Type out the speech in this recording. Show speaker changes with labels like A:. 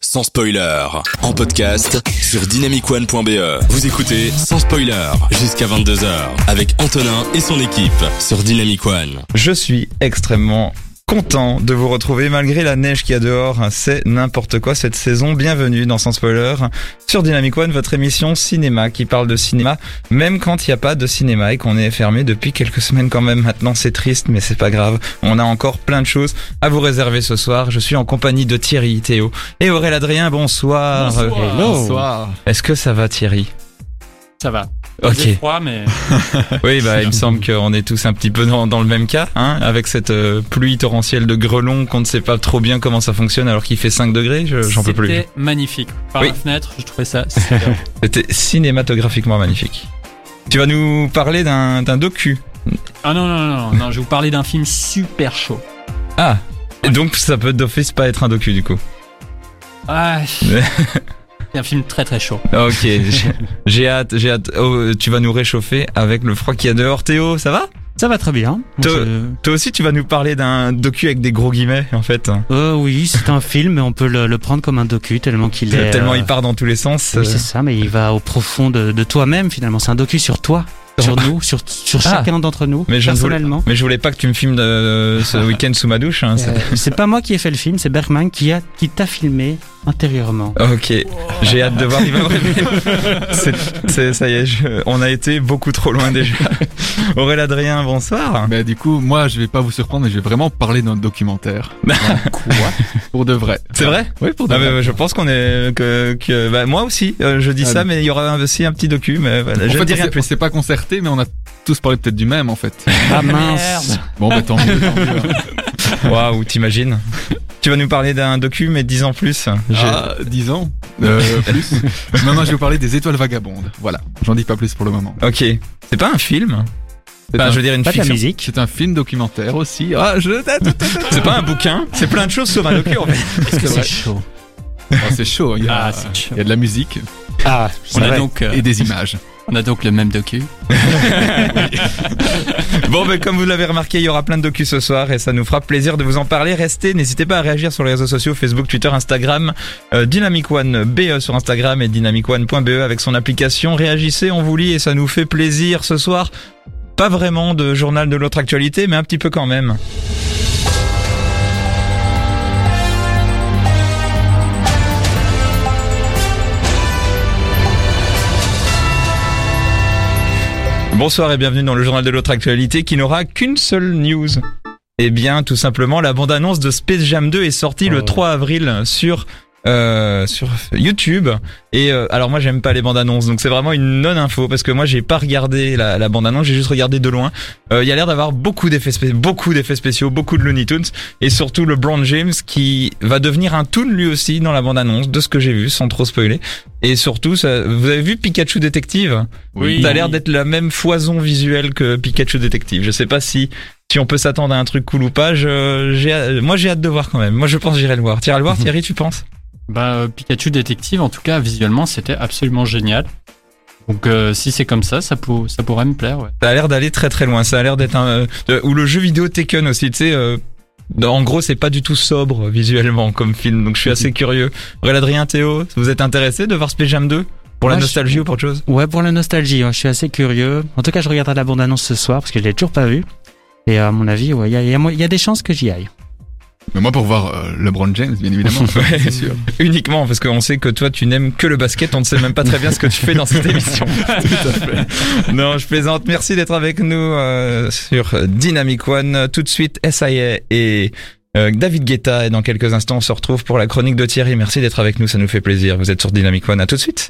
A: sans spoiler. En podcast sur dynamicone.be. E. Vous écoutez sans spoiler jusqu'à 22h avec Antonin et son équipe sur Dynamic One.
B: Je suis extrêmement content de vous retrouver malgré la neige qu'il y a dehors. C'est n'importe quoi cette saison. Bienvenue dans Sans Spoiler sur Dynamic One, votre émission cinéma qui parle de cinéma, même quand il n'y a pas de cinéma et qu'on est fermé depuis quelques semaines quand même. Maintenant, c'est triste, mais c'est pas grave. On a encore plein de choses à vous réserver ce soir. Je suis en compagnie de Thierry, Théo et Aurélien Adrien. Bonsoir.
C: Bonsoir.
B: Est-ce que ça va, Thierry
C: Ça va.
B: Ok.
C: J'ai froid, mais
B: Oui, bah, il me semble qu'on est tous un petit peu dans, dans le même cas, hein, avec cette euh, pluie torrentielle de grelons qu'on ne sait pas trop bien comment ça fonctionne alors qu'il fait 5 degrés, je- Euh, j'en peux plus.
C: c'était magnifique. Par
B: Oui.
C: la fenêtre, je trouvais ça super.
B: C'était cinématographiquement magnifique. Tu vas nous parler d'un d'un docu.
C: ah non, non, non, non, non, je vais vous parler d'un film super chaud.
B: Ah et donc ça peut d'office pas être un docu du coup.
C: Ah, c'est un film très très chaud.
B: Ok, j'ai- j'ai hâte, j'ai hâte. Oh, tu vas nous réchauffer avec le froid qu'il y a dehors. Théo, ça va
D: Ça va très bien.
B: Toi-
D: Euh,
B: Toi aussi tu vas nous parler d'un docu avec des gros guillemets en fait.
D: euh, oui, c'est un film, mais on peut le, le prendre comme un docu tellement qu'il est.
B: Tellement
D: euh,
B: il part dans tous les sens. Euh,
D: Oui, c'est ça, mais il va au profond de, de toi-même finalement. C'est un docu sur toi, sur nous, sur, sur
B: Ah.
D: chacun d'entre nous,
B: Mais je ne voulais-
D: personnellement.
B: Mais je voulais pas que tu me filmes euh, ce week-end sous ma douche. Hein, c'est-
D: Euh, C'est pas moi qui ai fait le film, c'est Bergman qui a qui t'a filmé intérieurement.
B: Ok, j'ai hâte de voir. Il va me révéler. C'est- c'est- ça y est, je- on a été beaucoup trop loin déjà. Aurélien Adrien, bonsoir.
E: Bah du coup, moi je vais pas vous surprendre, mais je vais vraiment parler d'un documentaire.
D: Quoi
E: Pour de vrai.
B: C'est vrai
E: Oui, pour de
B: Ah,
E: vrai.
B: bah, Je pense qu'on est que, que- bah, moi aussi. euh, je dis
E: Ah,
B: ça,
E: oui.
B: mais il y aura aussi un petit docu. Mais voilà,
E: En
B: je
E: fait,
B: ne
E: on
B: dis rien
E: s'est-
B: de plus.
E: On s'est pas concerté, mais on a tous parlé peut-être du même en fait.
D: Ah mince.
E: Bon, bah tant mieux. tant mieux, hein.
B: Waouh, t'imagines Tu vas nous parler d'un docu, mais dix ans plus. J'ai-
E: Ah, 10 ans euh, plus. non, non, je vais vous parler des étoiles vagabondes. Voilà, j'en dis pas plus pour le moment.
B: Ok, c'est pas un film.
E: C'est
B: Enfin,
E: un,
B: Bah, je veux dire une
D: Pas de la
B: fiction.
D: musique.
E: c'est un film documentaire aussi. Ah, je.
B: C'est pas un bouquin. C'est plein de choses sauf un docu. En fait.
C: Parce que
E: vrai.
C: c'est chaud.
E: Oh, c'est chaud, il y, a,
C: Ah, c'est chaud.
E: il y a de la musique
D: Ah,
C: On
D: on
C: a, donc, euh,
E: et des images.
C: on a donc le même docu.
B: Bon, ben, comme vous l'avez remarqué, il y aura plein de docus ce soir et ça nous fera plaisir de vous en parler. Restez, n'hésitez pas à réagir sur les réseaux sociaux Facebook, Twitter, Instagram, euh, Dynamic One BE sur Instagram et dynamicone.be E avec son application. Réagissez, on vous lit et ça nous fait plaisir ce soir. Pas vraiment de journal de l'autre actualité, mais un petit peu quand même. Bonsoir et bienvenue dans le journal de l'autre actualité qui n'aura qu'une seule news. Eh bien, tout simplement, la bande-annonce de Space Jam 2 est sortie le 3 avril sur euh, sur YouTube. Et euh, alors moi, j'aime pas les bandes-annonces, donc c'est vraiment une non-info parce que moi, j'ai pas regardé la, la bande-annonce, j'ai juste regardé de loin. Euh, Il y a l'air d'avoir beaucoup d'effets spé- beaucoup d'effets spéciaux, beaucoup de Looney Tunes et surtout le Brown James qui va devenir un toon lui aussi dans la bande-annonce, de ce que j'ai vu, sans trop spoiler. Et surtout, ça, vous avez vu Pikachu Détective
C: Oui.
B: T'as l'air d'être la même foison visuelle que Pikachu Détective. Je sais pas si si on peut s'attendre à un truc cool ou pas. Je, j'ai, euh, moi j'ai hâte de voir quand même. Moi je pense que j'irai le voir. T'iras le
D: Mhm.
B: voir, Thierry, tu penses
C: Bah, euh, Pikachu Détective, en tout cas, visuellement, c'était absolument génial. Donc, euh, si c'est comme ça, ça, pour- ça pourrait me plaire, ouais.
B: Ça a l'air d'aller très très loin. Ça a l'air d'être un euh, de- ou le jeu vidéo Tekken aussi. Tu sais, euh, dans- en gros c'est pas du tout sobre visuellement comme film. Donc je suis assez curieux. Aurélien Adrien, Théo, vous êtes intéressé de voir Space Jam 2 pour la
D: Moi, je-
B: nostalgie ou pour autre chose
D: Ouais, pour la nostalgie, ouais, je suis assez curieux. En tout cas, je regarderai la bande-annonce ce soir parce que je l'ai toujours pas vue. Et à mon avis, ouais, il y a- il y, a mo- il y a des chances que j'y aille.
E: Mais moi pour voir euh, LeBron James, bien évidemment. c'est sûr.
B: Uniquement parce qu'on sait que toi tu n'aimes que le basket, on ne sait même pas très bien ce que tu fais dans cette émission. Non, je plaisante. Merci d'être avec nous euh, sur Dynamic One. Tout de suite, SIA et euh, David Guetta. Et dans quelques instants, on se retrouve pour la chronique de Thierry. Merci d'être avec nous, ça nous fait plaisir. Vous êtes sur Dynamic One. À tout de suite.